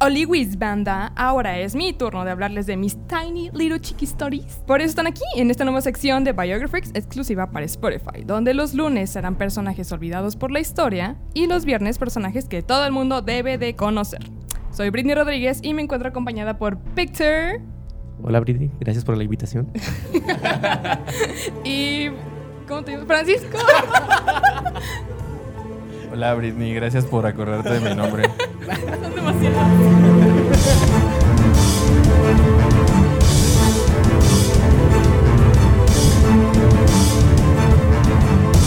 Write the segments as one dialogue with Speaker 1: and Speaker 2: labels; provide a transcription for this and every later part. Speaker 1: Oli Wiz Banda, ahora es mi turno de hablarles de mis tiny little chiqui stories. Por eso están aquí, en esta nueva sección de Biographics exclusiva para Spotify, donde los lunes serán personajes olvidados por la historia y los viernes personajes que todo el mundo debe de conocer. Soy Britney Rodríguez y me encuentro acompañada por Picture
Speaker 2: Hola Britney, gracias por la invitación.
Speaker 1: y... ¿Cómo te llamas? Francisco.
Speaker 3: Hola Britney, gracias por acordarte de mi nombre.
Speaker 1: Son demasiados.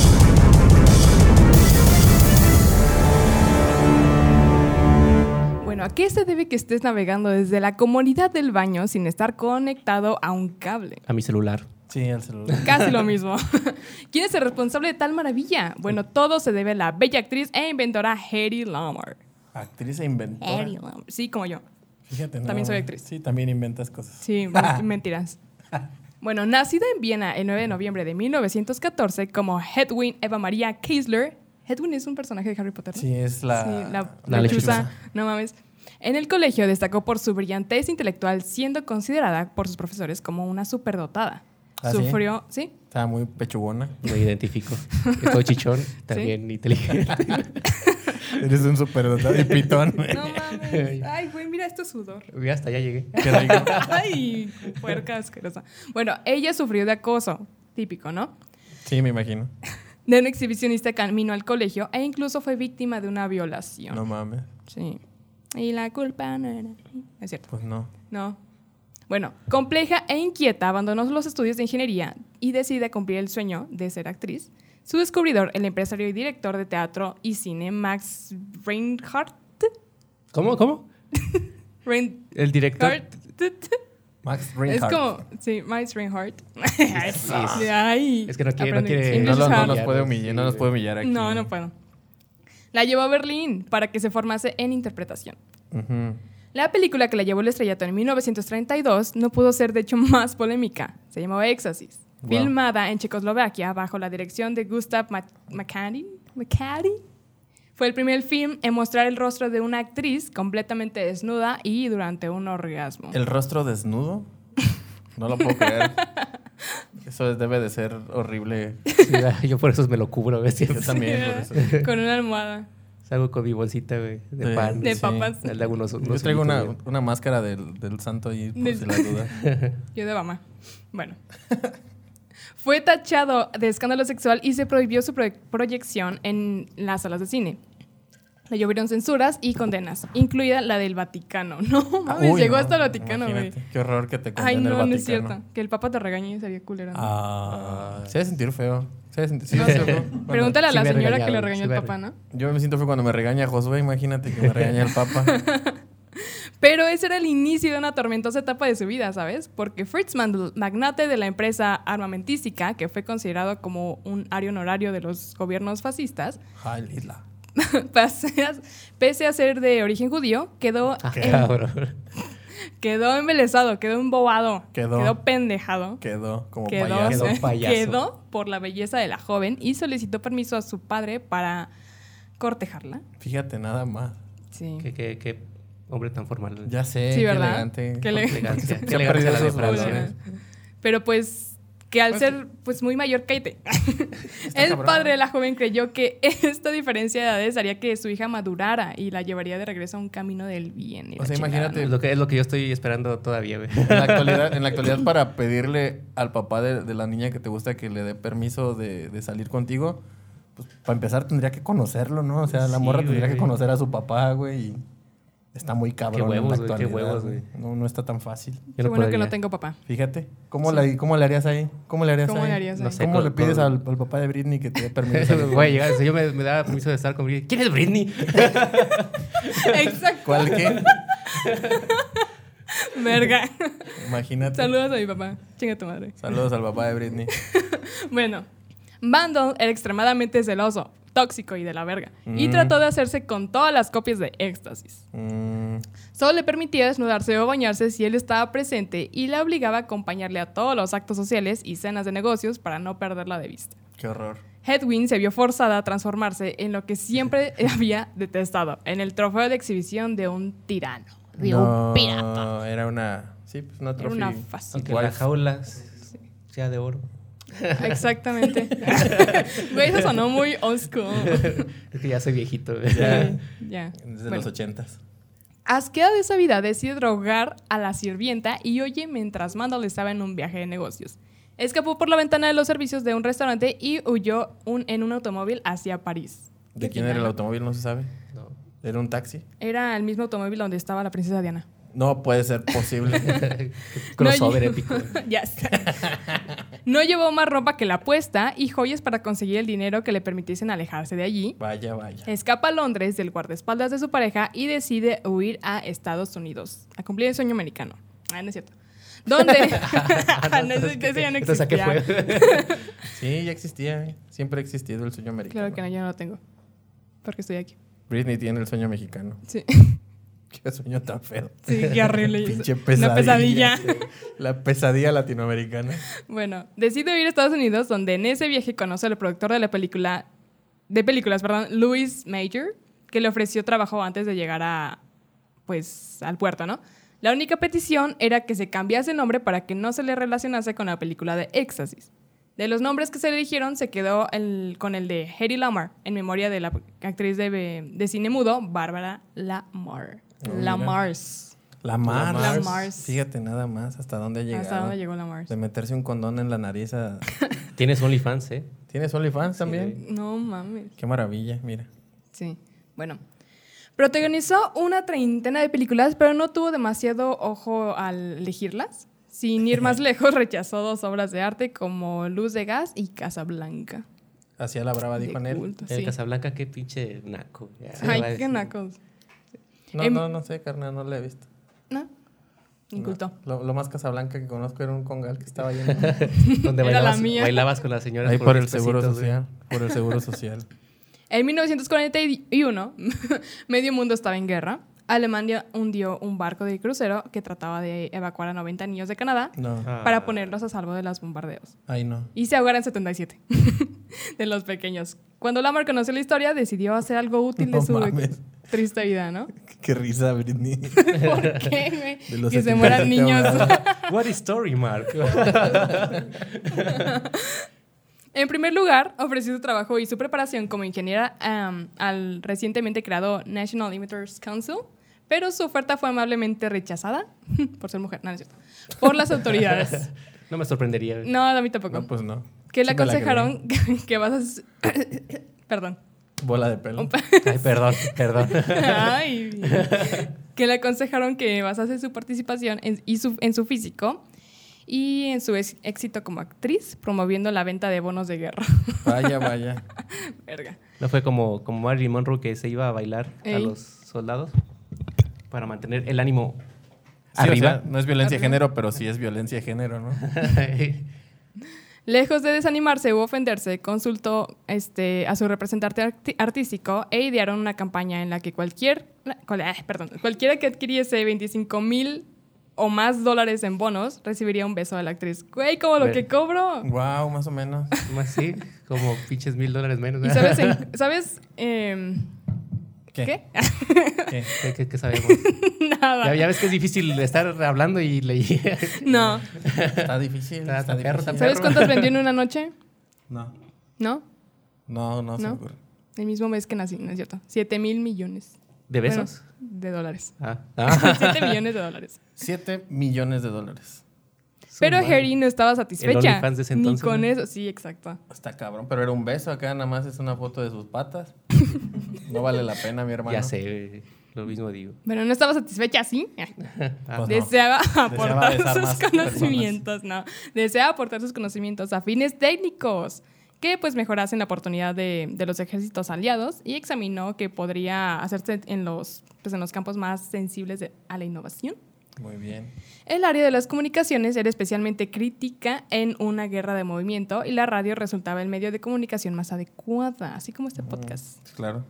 Speaker 1: Bueno, ¿a qué se debe que estés navegando desde la comodidad del baño sin estar conectado a un cable?
Speaker 2: A mi celular.
Speaker 3: Sí, al celular.
Speaker 1: Casi lo mismo. ¿Quién es el responsable de tal maravilla? Bueno, todo se debe a la bella actriz e inventora Hedy Lamarr.
Speaker 3: Actriz e inventora.
Speaker 1: Hedy Lamarr. Sí, como yo.
Speaker 3: Fíjate,
Speaker 1: También soy actriz.
Speaker 3: Sí, también inventas cosas.
Speaker 1: Sí, bueno, mentiras. Bueno, nacida en Viena el 9 de noviembre de 1914 como Hedwin Eva María Keisler. Hedwin es un personaje de Harry Potter. ¿no?
Speaker 3: Sí, es la.
Speaker 1: Sí, la,
Speaker 2: La
Speaker 1: lechuza.
Speaker 2: lechuza.
Speaker 1: No mames. En el colegio destacó por su brillantez intelectual, siendo considerada por sus profesores como una superdotada.
Speaker 3: ¿Ah, sí?
Speaker 1: Sufrió, ¿sí?
Speaker 3: Estaba muy pechugona.
Speaker 2: Me identifico. Estoy chichón, también inteligente.
Speaker 3: Eres un superdotado y pitón.
Speaker 1: No mames. Ay, güey, mira esto sudor.
Speaker 2: Uy, hasta ya llegué.
Speaker 3: Qué rico.
Speaker 1: Ay, puerca asquerosa. Bueno, ella sufrió de acoso, típico, ¿no?
Speaker 3: Sí, me imagino.
Speaker 1: De un exhibicionista camino al colegio e incluso fue víctima de una violación.
Speaker 3: No mames.
Speaker 1: Sí. Y la culpa no era. No es cierto.
Speaker 3: Pues no.
Speaker 1: No. Bueno, compleja e inquieta, abandonó los estudios de ingeniería y decide cumplir el sueño de ser actriz. Su descubridor, el empresario y director de teatro y cine Max Reinhardt.
Speaker 2: ¿Cómo? ¿Cómo?
Speaker 1: Reinhardt.
Speaker 2: El director.
Speaker 3: Max
Speaker 1: Es
Speaker 3: Reinhardt.
Speaker 1: como, sí, Max Reinhardt. Ay.
Speaker 2: Es que no quiere. No,
Speaker 1: Aprendí.
Speaker 2: quiere,
Speaker 1: Sí,
Speaker 3: No, los- no
Speaker 1: Reinhardt.
Speaker 3: nos puede humillar, no nos puede humillar aquí.
Speaker 1: No, no puedo. La llevó a Berlín para que se formase en interpretación.
Speaker 3: Ujú.
Speaker 1: La película que la llevó al estrellato en 1932 no pudo ser de hecho más polémica. Se llamaba Éxtasis.
Speaker 3: Wow.
Speaker 1: Filmada en Checoslovaquia bajo la dirección de Gustav Ma- McCarty. McCarty. Fue el primer film en mostrar el rostro de una actriz completamente desnuda y durante un orgasmo.
Speaker 3: El rostro desnudo. No lo puedo creer. Eso debe de ser horrible.
Speaker 2: Sí, yo por eso me lo cubro a
Speaker 3: Yo
Speaker 2: veces.
Speaker 3: también. por eso.
Speaker 1: Con una almohada
Speaker 2: Salgo con mi bolsita, güey, de
Speaker 3: Sí.
Speaker 2: pan.
Speaker 1: de
Speaker 3: Sí.
Speaker 1: papas.
Speaker 2: Le hago unos,
Speaker 3: Yo
Speaker 2: unos
Speaker 3: traigo una,
Speaker 2: ojitos,
Speaker 3: una máscara del, del santo ahí, por
Speaker 1: Del-
Speaker 3: si la duda.
Speaker 1: Yo de mamá. Bueno. Fue tachado de escándalo sexual y se prohibió su proye- proyección en las salas de cine. Le llovieron censuras y condenas, incluida la del Vaticano. No, mames,
Speaker 3: Ah, Uy,
Speaker 1: llegó
Speaker 3: no,
Speaker 1: hasta el Vaticano, güey.
Speaker 3: imagínate, Qué horror que te condene
Speaker 1: Ay,
Speaker 3: el
Speaker 1: no,
Speaker 3: Vaticano.
Speaker 1: no es cierto. Que el Papa te regañe sería culero. ¿no?
Speaker 3: Ah, se debe sentir feo. Se debe sentir, sí,
Speaker 1: No
Speaker 3: sí,
Speaker 1: sé.
Speaker 3: ¿no? Cuando-
Speaker 1: Pregúntale a
Speaker 2: sí
Speaker 1: la
Speaker 2: me
Speaker 1: señora que
Speaker 2: regañaron,
Speaker 1: le regañó
Speaker 2: sí
Speaker 1: el
Speaker 2: me
Speaker 1: papá, ¿no?
Speaker 3: Yo me siento feo cuando me regaña Josué, imagínate que me regaña el Papa.
Speaker 1: Pero ese era el inicio de una tormentosa etapa de su vida, ¿sabes? Porque Fritz Mandel, magnate de la empresa armamentística, que fue considerado como un área honorario de los gobiernos fascistas,
Speaker 3: Jalila.
Speaker 1: pese a, pese a ser de origen judío, quedó,
Speaker 2: Ah, cabrón.
Speaker 1: quedó embelesado, quedó embobado,
Speaker 3: Quedó.
Speaker 1: pendejado,
Speaker 3: Quedó como
Speaker 1: quedó,
Speaker 3: payaso.
Speaker 2: Quedó payaso.
Speaker 1: quedó por la belleza de la joven y solicitó permiso a su padre para cortejarla.
Speaker 3: Fíjate, nada más.
Speaker 1: Sí.
Speaker 2: Qué, qué, qué hombre tan formal.
Speaker 3: Ya sé,
Speaker 1: Sí,
Speaker 3: qué
Speaker 1: ¿verdad?
Speaker 3: elegante.
Speaker 1: Qué
Speaker 2: Qué
Speaker 1: le-
Speaker 2: elegancia.
Speaker 3: Se
Speaker 2: Qué
Speaker 3: han perdido
Speaker 2: elegancia la de
Speaker 3: esos valores.
Speaker 2: Francia.
Speaker 1: Pero pues que al
Speaker 3: Pues sí.
Speaker 1: ser pues muy mayor Kate, el
Speaker 3: Está cabrón. ¿eh?
Speaker 1: padre de la joven creyó que esta diferencia de edades haría que su hija madurara y la llevaría de regreso a un camino del bien. y
Speaker 3: O
Speaker 1: la
Speaker 3: sea,
Speaker 1: chingada,
Speaker 3: imagínate,
Speaker 2: Es lo que, es lo que yo estoy esperando todavía, güey.
Speaker 3: En la, actualidad, en la actualidad, para pedirle al papá de, de la niña que te gusta que le dé permiso de, de salir contigo, pues para empezar tendría que conocerlo, ¿no? O sea, la
Speaker 2: Sí,
Speaker 3: morra tendría
Speaker 2: güey.
Speaker 3: que conocer a su papá, güey. Y está muy cabrón. en la
Speaker 2: huevos, güey, qué
Speaker 3: actualidad,
Speaker 2: huevos, güey.
Speaker 3: No, no está tan fácil.
Speaker 1: Qué bueno que no tengo papá.
Speaker 3: Fíjate. ¿Cómo, la- cómo le harías ahí? ¿Cómo le harías
Speaker 1: ¿Cómo
Speaker 3: ahí?
Speaker 1: le harías
Speaker 2: No
Speaker 1: ahí?
Speaker 2: sé.
Speaker 3: ¿Cómo
Speaker 2: con-
Speaker 3: le pides
Speaker 2: con-
Speaker 3: al, al papá de Britney que te dé permiso? de salir?
Speaker 2: Voy a llegar, si yo me, me daba permiso de estar con Britney. ¿Quién es Britney?
Speaker 1: Exacto.
Speaker 3: ¿Cuál qué?
Speaker 1: Verga.
Speaker 3: Imagínate.
Speaker 1: Saludos a mi papá. Chinga tu madre.
Speaker 3: Saludos al papá de Britney.
Speaker 1: Bueno, Vandal era extremadamente celoso, tóxico y de la verga, y
Speaker 3: Mm.
Speaker 1: trató de hacerse con todas las copias de éxtasis.
Speaker 3: Mm,
Speaker 1: Solo le permitía desnudarse o bañarse si él estaba presente y la obligaba a acompañarle a todos los actos sociales y cenas de negocios para no perderla de vista.
Speaker 3: qué horror.
Speaker 1: Hedwin se vio forzada a transformarse en lo que siempre había detestado, en el trofeo de exhibición de un tirano.
Speaker 4: de un pirata.
Speaker 3: era una. Sí, pues una
Speaker 1: Era
Speaker 3: trophy.
Speaker 1: una fácil.
Speaker 2: Aunque
Speaker 3: Igual.
Speaker 2: la jaula s- sea de oro.
Speaker 1: Exactamente. Güey, eso sonó muy old school.
Speaker 2: Es que ya soy viejito.
Speaker 1: Ya.
Speaker 3: Ya.
Speaker 1: ya.
Speaker 3: Desde
Speaker 1: Bueno.
Speaker 3: los ochentas.
Speaker 1: Asqueada de esa vida, decide drogar a la sirvienta y oye mientras Mandel estaba en un viaje de negocios. Escapó por la ventana de los servicios de un restaurante y huyó un- en un automóvil hacia París.
Speaker 3: ¿De
Speaker 1: Qué
Speaker 3: quién era el
Speaker 1: final.
Speaker 3: automóvil? No se sabe.
Speaker 2: No.
Speaker 3: ¿Era un taxi?
Speaker 1: Era el mismo automóvil donde estaba la princesa Diana.
Speaker 3: No puede ser posible.
Speaker 2: Qué Crossover
Speaker 1: lle-
Speaker 2: épico.
Speaker 1: Ya sé. No llevó más ropa que la apuesta y joyas para conseguir el dinero que le permitiesen alejarse de allí.
Speaker 3: vaya, vaya.
Speaker 1: Escapa a Londres del guardaespaldas de su pareja y decide huir a Estados Unidos a cumplir el sueño americano. Ah, no es cierto. ¿Dónde? Ah,
Speaker 2: Ah,
Speaker 1: no, eso, eso ya no
Speaker 2: Entonces, ¿a qué
Speaker 1: existía.
Speaker 2: fue?
Speaker 3: Sí, ya existía. ¿eh? Siempre ha existido el sueño americano.
Speaker 1: Claro que no, yo no lo tengo. Porque estoy aquí.
Speaker 3: Britney tiene el sueño mexicano.
Speaker 1: Sí,
Speaker 3: Qué sueño tan feo.
Speaker 1: sí qué horrible.
Speaker 3: Pinche
Speaker 1: Una pesadilla.
Speaker 3: pesadilla. La pesadilla latinoamericana.
Speaker 1: Bueno, decide ir a Estados Unidos, donde en ese viaje conoce al productor de la película, de películas, perdón, Louis Major, que le ofreció trabajo antes de llegar a, pues, al puerto, ¿no? La única petición era que se cambiase el nombre para que no se le relacionase con la película de Éxtasis. De los nombres que se le dijeron, se quedó el- con el de Hedy Lamar, en memoria de la actriz de, de cine mudo, Bárbara Lamar.
Speaker 3: Oh, mira.
Speaker 1: Lamars.
Speaker 3: La Mars.
Speaker 1: La Mars.
Speaker 3: Fíjate nada más hasta dónde ha llegado.
Speaker 1: ¿Hasta dónde llegó Lamars?
Speaker 3: De meterse un condón en la nariz. a-
Speaker 2: Tienes OnlyFans, ¿eh?
Speaker 3: ¿Tienes OnlyFans también?
Speaker 1: No mames.
Speaker 3: Qué maravilla, mira.
Speaker 1: Sí, bueno. Protagonizó una treintena de películas, pero no tuvo demasiado ojo al elegirlas. Sin ir más lejos, rechazó dos obras de arte como Luz de Gas y Casablanca.
Speaker 3: Hacía la brava, Ah, dijo en
Speaker 1: de
Speaker 3: él.
Speaker 1: culto,
Speaker 2: En
Speaker 1: sí.
Speaker 2: Casablanca, qué pinche naco. Ya, va a
Speaker 1: Ay, qué
Speaker 2: decir.
Speaker 1: nacos.
Speaker 3: No,
Speaker 1: Em-
Speaker 3: no, no sé, carnal, no la he visto.
Speaker 1: No, incultó.
Speaker 3: No. Lo, lo más Casablanca que conozco era un congal que estaba lleno.
Speaker 2: Donde
Speaker 1: Era la
Speaker 2: bailabas,
Speaker 1: mía.
Speaker 2: bailabas con las señoras.
Speaker 3: Ahí por el
Speaker 2: los
Speaker 3: seguro
Speaker 2: pesitos, güey.
Speaker 3: social. Por el seguro social.
Speaker 1: En 1941, medio mundo estaba en guerra. Alemania hundió un barco de crucero que trataba de evacuar a 90 niños de Canadá
Speaker 3: No,
Speaker 2: Ah.
Speaker 1: para ponerlos a salvo de los bombardeos.
Speaker 3: ahí no.
Speaker 1: y se ahogaron 77 de los pequeños. Cuando Lamar conoció la historia, decidió hacer algo útil de
Speaker 3: No
Speaker 1: su
Speaker 3: mames.
Speaker 1: triste vida, ¿no?
Speaker 3: Qué risa, Britney.
Speaker 1: ¿Por qué, güey?
Speaker 3: De los
Speaker 1: Que se
Speaker 3: 77
Speaker 1: mueran niños.
Speaker 2: What is story, Mark?
Speaker 1: En primer lugar, ofreció su trabajo y su preparación como ingeniera am, al recientemente creado National Limiters Council, pero su oferta fue amablemente rechazada por ser mujer, no, no es cierto, por las autoridades.
Speaker 2: no me sorprendería. güey.
Speaker 1: No, a mí tampoco.
Speaker 3: No, pues no.
Speaker 1: que le
Speaker 3: Sí me la
Speaker 1: aconsejaron que vas a... Perdón.
Speaker 3: creí. Bola de pelo.
Speaker 2: Ay, perdón, perdón.
Speaker 1: Ay. que le aconsejaron que basase su participación en, y su, en su físico y en su ex- éxito como actriz, promoviendo la venta de bonos de guerra.
Speaker 3: Vaya, vaya.
Speaker 1: Verga.
Speaker 2: No fue como, como Marilyn Monroe que se iba a bailar a
Speaker 1: Ey.
Speaker 2: los soldados para mantener el ánimo
Speaker 3: Sí, o
Speaker 2: arriba.
Speaker 3: sea, no es violencia de género, pero sí es violencia de género, ¿no?
Speaker 1: Lejos de desanimarse u ofenderse, consultó este, a su representante arti- artístico e idearon una campaña en la que cualquier, cual- ah, perdón, cualquiera que adquiriese 25 mil o más dólares en bonos recibiría un beso de la actriz. Güey, como lo
Speaker 2: Ver.
Speaker 1: que cobro.
Speaker 3: Wow, más o menos.
Speaker 2: Más así, como pinches mil dólares menos.
Speaker 1: ¿Y sabes? en- ¿Sabes? em,
Speaker 3: ¿Qué?
Speaker 1: ¿Qué?
Speaker 3: ¿Qué?
Speaker 2: ¿Qué, qué- qué sabemos?
Speaker 1: Nada.
Speaker 2: ya, ya ves que es difícil estar hablando y leer.
Speaker 1: No.
Speaker 3: Está difícil.
Speaker 2: Está-
Speaker 3: Está,
Speaker 2: está perro,
Speaker 3: difícil.
Speaker 2: está perro.
Speaker 1: ¿Sabes cuántas vendió en una noche?
Speaker 3: No.
Speaker 1: ¿No?
Speaker 3: No, no, se
Speaker 1: ¿No?
Speaker 3: ocurre.
Speaker 1: El mismo mes que nací, ¿no es cierto? Siete mil millones.
Speaker 2: ¿De
Speaker 1: Bueno,
Speaker 2: besos?
Speaker 1: de dólares.
Speaker 2: Ah. Ah.
Speaker 1: Siete millones de dólares.
Speaker 3: Siete millones de dólares.
Speaker 1: Pero
Speaker 2: Su madre.
Speaker 1: Harry no estaba satisfecha.
Speaker 2: OnlyFans de ese
Speaker 1: Ni
Speaker 2: entonces,
Speaker 1: con
Speaker 2: ¿no?
Speaker 1: eso. Sí, exacto.
Speaker 3: Está cabrón, pero era un beso. Acá nada más es una foto de sus patas. No vale la pena, mi hermano.
Speaker 2: Ya sé, güey, lo mismo digo.
Speaker 1: Pero no estaba satisfecha, ¿sí? Eh,
Speaker 2: Ah,
Speaker 3: Pues no.
Speaker 1: Deseaba aportar
Speaker 3: besar
Speaker 1: sus
Speaker 3: más
Speaker 1: conocimientos, no. Deseaba aportar sus conocimientos a fines técnicos que pues mejorasen la oportunidad de, de los ejércitos aliados y examinó que podría hacerse en los, pues, en los campos más sensibles de- a la innovación.
Speaker 3: Muy bien.
Speaker 1: El área de las comunicaciones era especialmente crítica en una guerra de movimiento y la radio resultaba el medio de comunicación más adecuada, así como este podcast.
Speaker 3: Mm, Claro.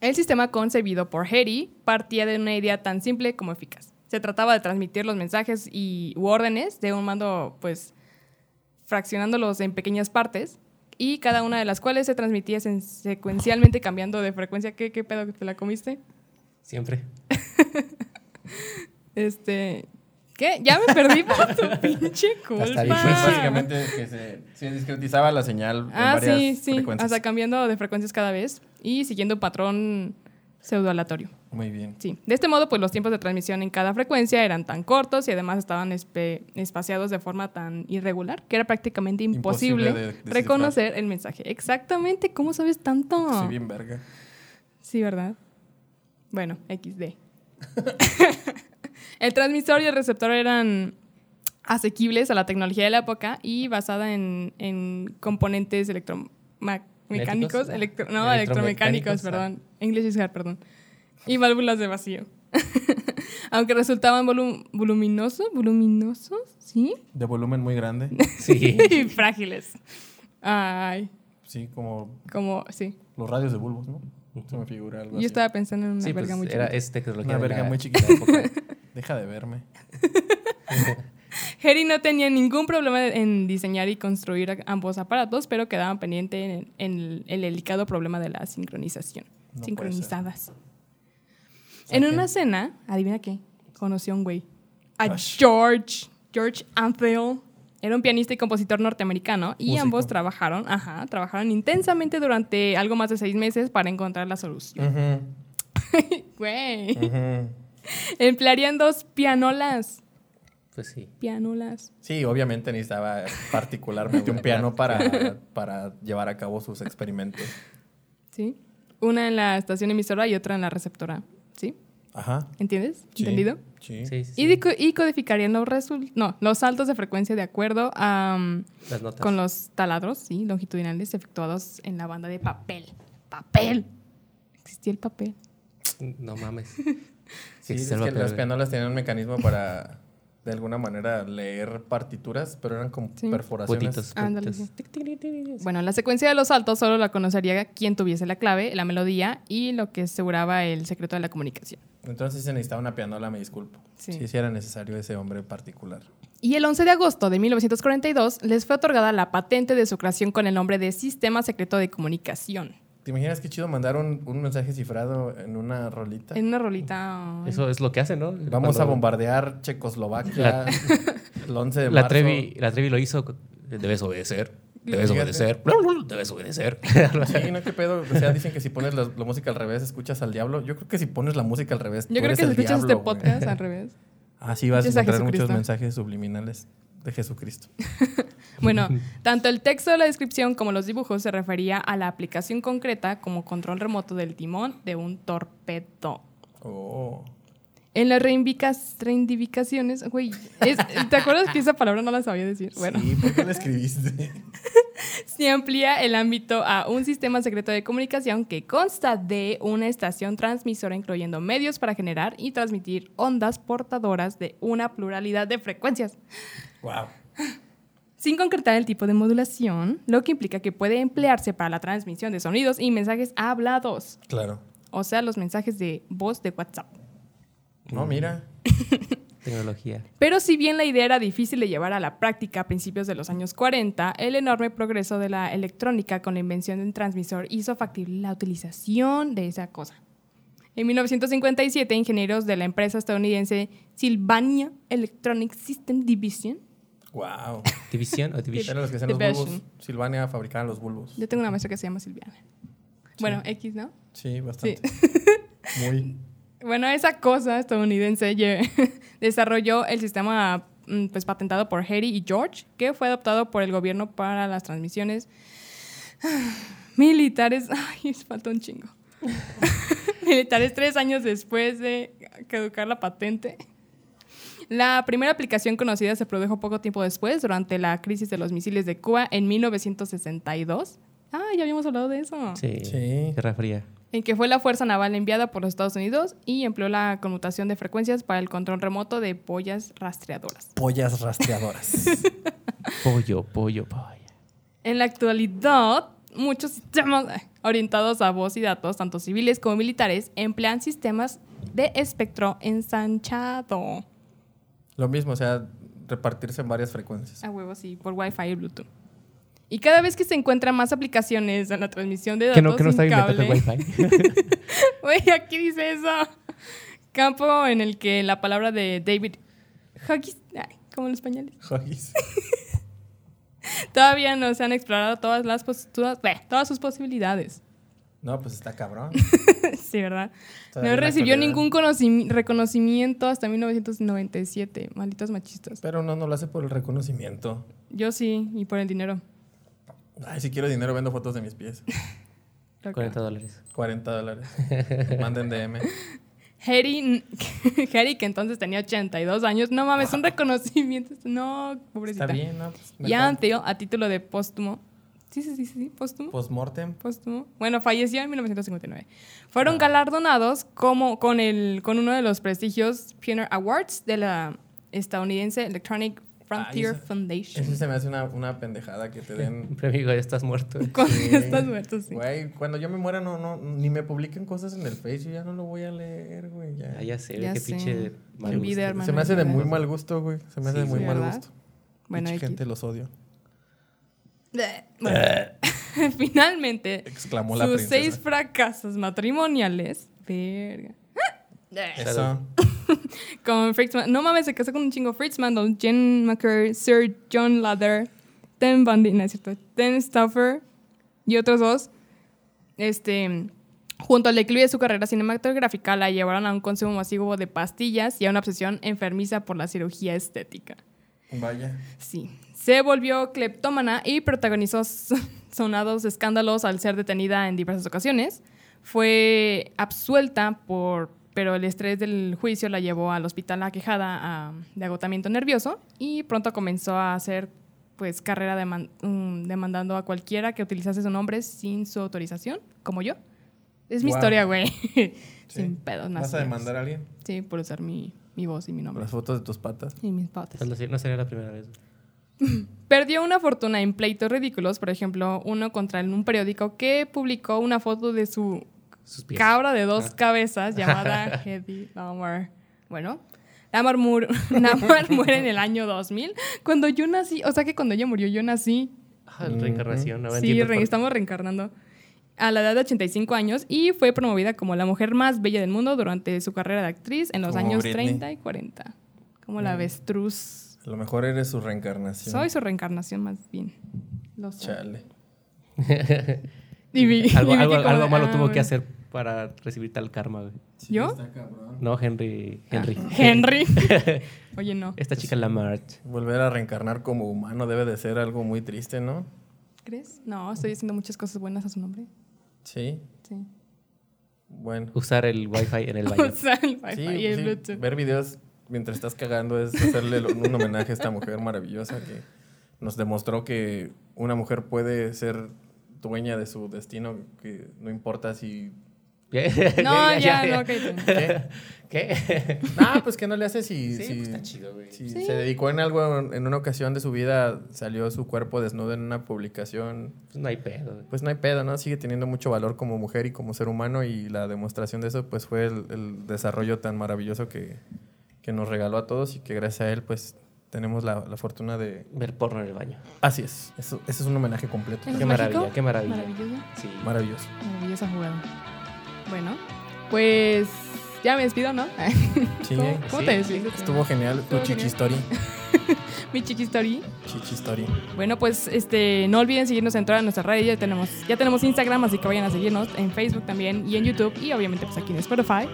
Speaker 1: El sistema concebido por Harry partía de una idea tan simple como eficaz. Se trataba de transmitir los mensajes y u órdenes de un mando, pues, fraccionándolos en pequeñas partes y cada una de las cuales se transmitía sen- secuencialmente cambiando de frecuencia. ¿Qué, qué pedo que te la comiste?
Speaker 2: Siempre.
Speaker 1: Este. ¿Qué? Ya me perdí por tu pinche
Speaker 2: Hasta
Speaker 3: Pues
Speaker 1: culpa.
Speaker 3: básicamente que se, se discretizaba la señal en
Speaker 1: Ah,
Speaker 3: varias
Speaker 1: sí, sí. O
Speaker 3: frecuencias.
Speaker 1: sea, cambiando de frecuencias cada vez y siguiendo patrón pseudoaleatorio.
Speaker 3: Muy bien.
Speaker 1: Sí. De este modo, pues los tiempos de transmisión en cada frecuencia eran tan cortos y además estaban espe- espaciados de forma tan irregular que era prácticamente imposible,
Speaker 3: Imposible de descifrar.
Speaker 1: reconocer el mensaje. Exactamente, ¿cómo sabes tanto?
Speaker 3: Sí, bien verga.
Speaker 1: Sí, ¿verdad? Bueno, XD. el transmisor y el receptor eran asequibles a la tecnología de la época y basada en, en componentes electromecánicos,
Speaker 2: ¿Magnéticos?
Speaker 1: no, electromecánicos,
Speaker 2: Electromecánicos, ah.
Speaker 1: perdón. English is hard, perdón. Y válvulas de vacío. Aunque resultaban volum- voluminosos, voluminosos, ¿sí?
Speaker 3: De volumen muy grande.
Speaker 2: Sí.
Speaker 1: y frágiles. Ay,
Speaker 3: Sí, como
Speaker 1: como, sí.
Speaker 3: los radios de bulbos, ¿no? Se me figura algo
Speaker 1: Yo
Speaker 3: así.
Speaker 1: estaba pensando en una
Speaker 2: Sí,
Speaker 1: verga
Speaker 2: pues
Speaker 1: muy
Speaker 2: era,
Speaker 1: chiquita.
Speaker 2: es tecnología
Speaker 3: Una
Speaker 2: de
Speaker 3: verga
Speaker 2: la-
Speaker 3: muy chiquita. Deja de verme.
Speaker 1: Harry no tenía ningún problema en diseñar y construir a- ambos aparatos, pero quedaban pendientes en, en el, el delicado problema de la sincronización.
Speaker 3: No
Speaker 1: Sincronizadas.
Speaker 3: ser.
Speaker 1: En
Speaker 3: Ok.
Speaker 1: una cena, adivina qué, conoció a un güey. A
Speaker 3: Gosh.
Speaker 1: George. George Anfield. Era un pianista y compositor norteamericano y
Speaker 3: Músico.
Speaker 1: ambos trabajaron, ajá, trabajaron intensamente durante algo más de seis meses para encontrar la solución.
Speaker 3: Ujú, Mm.
Speaker 1: Güey.
Speaker 3: ujú.
Speaker 1: Emplearían dos pianolas.
Speaker 2: Pues sí.
Speaker 1: Pianolas.
Speaker 3: Sí, obviamente necesitaba particularmente un piano para, para llevar a cabo sus experimentos.
Speaker 1: ¿Sí? Una en la estación emisora y otra en la receptora. ¿Sí?
Speaker 3: Ajá.
Speaker 1: ¿Entiendes?
Speaker 3: sí,
Speaker 1: ¿Entendido?
Speaker 3: Sí.
Speaker 2: Sí, sí,
Speaker 1: Y,
Speaker 2: sí.
Speaker 1: deco- y codificarían los, resul- no, los saltos de frecuencia de acuerdo am,
Speaker 2: Las notas.
Speaker 1: con los taladros ¿sí? longitudinales efectuados en la banda de papel. ¡Papel! Existía el papel.
Speaker 2: No mames.
Speaker 3: Sí, es
Speaker 2: existe el
Speaker 3: que
Speaker 2: papel,
Speaker 3: las
Speaker 2: güey.
Speaker 3: pianolas tenían un mecanismo para, de alguna manera, leer partituras, pero eran como
Speaker 1: Sí.
Speaker 3: perforaciones.
Speaker 2: Putitos,
Speaker 1: Ah, Ándale,
Speaker 2: putitos.
Speaker 1: sí. Bueno, la secuencia de los saltos solo la conocería quien tuviese la clave, la melodía y lo que aseguraba el secreto de la comunicación.
Speaker 3: Entonces se necesitaba una pianola, me disculpo.
Speaker 1: Sí.
Speaker 3: Sí. Si era necesario ese hombre particular.
Speaker 1: Y el 11 de agosto de 1942 les fue otorgada la patente de su creación con el nombre de Sistema Secreto de Comunicación.
Speaker 3: ¿Te imaginas qué chido mandar un, un mensaje cifrado en una rolita?
Speaker 1: En una rolita. ay.
Speaker 2: Eso es lo que hacen, ¿no?
Speaker 3: Vamos
Speaker 2: Cuando
Speaker 3: a bombardear Checoslovaquia el 11 de
Speaker 2: La
Speaker 3: marzo.
Speaker 2: Trevi, la Trevi lo hizo. con- Debes obedecer. Debes
Speaker 3: Fíjate.
Speaker 2: obedecer. Debes obedecer. Algo así.
Speaker 3: Sí, no, qué pedo. O sea, dicen que si pones la, la música al revés, escuchas al diablo. Yo creo que si pones la música al revés,
Speaker 1: Yo creo que si escuchas este podcast al revés.
Speaker 3: Así Ah, vas a
Speaker 1: escuchas a
Speaker 3: encontrar muchos
Speaker 1: Jesucristo.
Speaker 3: mensajes subliminales de Jesucristo.
Speaker 1: Bueno, tanto el texto de la descripción como los dibujos se refería a la aplicación concreta como control remoto del timón de un torpedo.
Speaker 3: Oh.
Speaker 1: En las reivindicas- reivindicaciones, güey, es- ¿te acuerdas que esa palabra no la sabía decir? Bueno,
Speaker 3: Sí, ¿por qué la escribiste?
Speaker 1: se amplía el ámbito a un sistema secreto de comunicación que consta de una estación transmisora incluyendo medios para generar y transmitir ondas portadoras de una pluralidad de frecuencias.
Speaker 3: wow.
Speaker 1: sin concretar el tipo de modulación, lo que implica que puede emplearse para la transmisión de sonidos y mensajes hablados,
Speaker 3: Claro.
Speaker 1: o sea, los mensajes de voz de WhatsApp.
Speaker 3: No,
Speaker 1: Mm.
Speaker 3: mira.
Speaker 2: Tecnología.
Speaker 1: Pero si bien la idea era difícil de llevar a la práctica a principios de los años 40, el enorme progreso de la electrónica con la invención del transmisor hizo factible la utilización de esa cosa. En 1957, ingenieros de la empresa estadounidense Sylvania Electronic System Division,
Speaker 3: Wow.
Speaker 2: ¿División o división?
Speaker 3: Eran los que hacían los
Speaker 1: The
Speaker 3: bulbos.
Speaker 1: Version.
Speaker 3: Silvania fabricaban los bulbos.
Speaker 1: yo tengo una maestra que se llama Silviana. Bueno, X, ¿no?
Speaker 3: Sí,
Speaker 1: Sí.
Speaker 3: bastante. Muy.
Speaker 1: Bueno, esa cosa estadounidense lle- desarrolló el sistema mm, pues, patentado por Harry y George, que fue adoptado por el gobierno para las transmisiones militares. Ay, falta un chingo. militares tres años después de caducar la patente. La primera aplicación conocida se produjo poco tiempo después, durante la crisis de los misiles de Cuba en 1962. Ah, ya habíamos hablado de eso
Speaker 2: Sí.
Speaker 3: Sí.
Speaker 2: Guerra Fría.
Speaker 1: en que fue la fuerza naval enviada por los Estados Unidos y empleó la conmutación de frecuencias para el control remoto de boyas rastreadoras.
Speaker 3: Pollas rastreadoras.
Speaker 2: Pollo, pollo, pollo.
Speaker 1: En la actualidad, muchos sistemas eh, orientados a voz y datos, tanto civiles como militares, emplean sistemas de espectro ensanchado.
Speaker 3: Lo mismo, o sea, repartirse en varias frecuencias.
Speaker 1: A huevos y por Wi-Fi y Bluetooth. Y cada vez que se encuentran más aplicaciones en la transmisión de datos
Speaker 2: Que no, que no
Speaker 1: sin
Speaker 2: está inventando
Speaker 1: cable.
Speaker 2: el Wi-Fi.
Speaker 1: Güey, aquí dice eso. Campo en el que la palabra de David Huggins, ay, como los españoles,
Speaker 3: Huggies.
Speaker 1: todavía no se han explorado todas las pos- todas, bleh, todas sus posibilidades.
Speaker 3: No, pues está cabrón.
Speaker 1: sí, ¿verdad?
Speaker 3: Todavía en
Speaker 1: no
Speaker 3: la
Speaker 1: recibió
Speaker 3: actualidad.
Speaker 1: ningún conocim- reconocimiento hasta 1997. Malditos machistas.
Speaker 3: Pero no, no lo hace por el reconocimiento.
Speaker 1: Yo sí, y por el dinero.
Speaker 3: Ay, si quiero dinero, vendo fotos de mis pies.
Speaker 1: Creo que
Speaker 2: 40 dólares.
Speaker 3: 40 dólares. Manden DM.
Speaker 1: Harry, Harry, que entonces tenía 82 años. No mames, un reconocimiento. No, pobrecita.
Speaker 3: Está bien, ¿no? Pues,
Speaker 1: Y Anfield, a título de póstumo. Sí, sí, sí, sí, sí, póstumo.
Speaker 3: Postmortem.
Speaker 1: póstumo. Bueno, falleció en 1959. Fueron
Speaker 3: Ah.
Speaker 1: galardonados como con, el, con uno de los prestigios Pioneer Awards de la estadounidense Electronic Frontier
Speaker 3: Ah, esa-
Speaker 1: Foundation.
Speaker 3: Eso se me hace una, una pendejada que te den.
Speaker 2: Pero amigo, ya estás muerto.
Speaker 1: Cuando
Speaker 3: Sí.
Speaker 1: ya estás muerto, sí.
Speaker 3: Güey, cuando yo me muera, no, no, ni me publiquen cosas en el Face, yo ya no lo voy a leer, güey. ya.
Speaker 2: Ah, ya sé,
Speaker 1: Ya
Speaker 2: qué
Speaker 1: sé.
Speaker 2: pinche mal
Speaker 1: Qué vida,
Speaker 2: gusto.
Speaker 1: hermano.
Speaker 3: se me hace de
Speaker 1: Manuel,
Speaker 3: muy
Speaker 1: ¿verdad?
Speaker 3: mal gusto, güey. Se me hace
Speaker 2: Sí,
Speaker 3: de muy
Speaker 1: sí,
Speaker 3: mal
Speaker 1: ¿verdad?
Speaker 3: gusto.
Speaker 1: Bueno,
Speaker 3: Mucha
Speaker 1: X.
Speaker 3: gente los odio.
Speaker 1: Bleh. Bueno. finalmente,
Speaker 3: Exclamó Eh. la
Speaker 1: sus
Speaker 3: princesa.
Speaker 1: seis fracasos matrimoniales. Verga.
Speaker 3: Eh. Eso.
Speaker 1: Con Fritzman. No mames, se casó con un chingo. Fritz Mandel, Jen McCurry, Sir John Ladder, Ten Bundy, no es cierto, Ten Stauffer y otros dos. Este, junto al declive de su carrera cinematográfica, la llevaron a un consumo masivo de pastillas y a una obsesión enfermiza por la cirugía estética.
Speaker 3: Vaya.
Speaker 1: Sí. Se volvió cleptómana y protagonizó s- sonados escándalos al ser detenida en diversas ocasiones. Fue absuelta por pero el estrés del juicio la llevó al hospital aquejada a- de agotamiento nervioso y pronto comenzó a hacer pues carrera deman- mm, demandando a cualquiera que utilizase su nombre sin su autorización, como yo. Es mi
Speaker 3: Guau.
Speaker 1: historia, güey.
Speaker 3: Sí.
Speaker 1: Sin pedos,
Speaker 3: ¿Vas
Speaker 1: más
Speaker 3: a
Speaker 1: o menos.
Speaker 3: demandar a alguien?
Speaker 1: Sí, por usar mi, mi voz y mi nombre.
Speaker 3: Las fotos de tus patas.
Speaker 1: Y mis patas.
Speaker 2: Pues no sé- No sería la primera vez.
Speaker 1: Perdió una fortuna en pleitos ridículos, por ejemplo, uno contra un periódico que publicó una foto de su
Speaker 2: Sus pies.
Speaker 1: cabra de dos
Speaker 2: Ah.
Speaker 1: cabezas llamada Hedy Lamar. Bueno, Lamar, mur- Lamar muere en el año 2000, cuando yo nací, o sea que cuando ella murió yo nací.
Speaker 2: Ah, reencarnación. ahora
Speaker 1: sí,
Speaker 2: entiendo
Speaker 1: re-
Speaker 2: por-
Speaker 1: estamos reencarnando. A la edad de 85 años y fue promovida como la mujer más bella del mundo durante su carrera de actriz en los
Speaker 3: Como
Speaker 1: años
Speaker 3: Britney.
Speaker 1: 30 y 40. Como
Speaker 2: Mm.
Speaker 1: la avestruz.
Speaker 3: A lo mejor eres su reencarnación.
Speaker 1: Soy su reencarnación más bien. Lo sé.
Speaker 3: Chale.
Speaker 1: Y vi-
Speaker 2: algo
Speaker 1: y vi
Speaker 2: algo,
Speaker 1: que como
Speaker 2: algo
Speaker 1: de,
Speaker 2: malo
Speaker 1: ah,
Speaker 2: tuvo que
Speaker 1: bueno.
Speaker 2: hacer para recibir tal karma, güey.
Speaker 3: Sí,
Speaker 1: ¿Yo?
Speaker 3: está cabrón.
Speaker 2: No, Henry. Henry.
Speaker 1: Ah,
Speaker 2: Eh.
Speaker 1: Henry. Oye, no.
Speaker 2: Esta chica Lamarche.
Speaker 3: Volver a reencarnar como humano debe de ser algo muy triste, ¿no?
Speaker 1: ¿Crees? No, estoy diciendo muchas cosas buenas a su nombre.
Speaker 3: Sí.
Speaker 1: Sí.
Speaker 3: Bueno.
Speaker 2: Usar el wifi en el
Speaker 1: O
Speaker 2: baño.
Speaker 1: sea, el Wi-Fi
Speaker 3: Sí, pues
Speaker 1: y el
Speaker 3: sí,
Speaker 1: Bluetooth.
Speaker 3: ver videos mientras estás cagando es hacerle lo- un homenaje a esta mujer maravillosa que nos demostró que una mujer puede ser dueña de su destino, que no importa si...
Speaker 1: No, ya, no, cállate.
Speaker 3: ¿Qué?
Speaker 2: ¿Qué?
Speaker 3: Ah, pues que no le hace si...
Speaker 2: Sí,
Speaker 3: si-
Speaker 2: pues está chido, güey.
Speaker 3: si
Speaker 1: Sí.
Speaker 3: se dedicó en algo, en una ocasión de su vida salió su cuerpo desnudo en una publicación.
Speaker 2: Pues no hay pedo, güey.
Speaker 3: Pues no hay pedo, ¿no? Sigue teniendo mucho valor como mujer y como ser humano y la demostración de eso pues fue el, el desarrollo tan maravilloso que, que nos regaló a todos y que gracias a él pues tenemos la, la fortuna de...
Speaker 2: Ver porno en el baño.
Speaker 3: Así es, eso, ese es un homenaje completo.
Speaker 1: ¿Es
Speaker 2: Qué
Speaker 1: mágico?
Speaker 2: maravilla, qué maravilla.
Speaker 1: Maravillosa.
Speaker 2: Sí.
Speaker 3: Maravilloso.
Speaker 1: Maravillosa jugada. Bueno, pues ya me despido, ¿no?
Speaker 3: Sí,
Speaker 1: ¿Cómo, cómo
Speaker 2: sí.
Speaker 1: te despides?
Speaker 3: Estuvo genial tu
Speaker 1: Estuvo genial.
Speaker 3: chichistory.
Speaker 1: Mi chiqui story.
Speaker 3: Chichistory.
Speaker 1: Bueno, pues este, no olviden seguirnos en todas nuestras redes. Ya tenemos, ya tenemos Instagram, así que vayan a seguirnos en Facebook también y en YouTube y obviamente pues aquí en Spotify.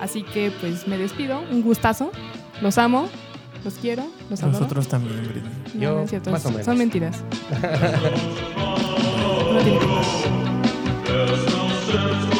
Speaker 1: Así que pues me despido, un gustazo. Los amo, los quiero, los adoro.
Speaker 3: Nosotros también, Britney.
Speaker 1: No,
Speaker 2: yo,
Speaker 1: no es cierto,
Speaker 2: más o
Speaker 1: son-
Speaker 2: menos.
Speaker 1: son mentiras. No tiene que-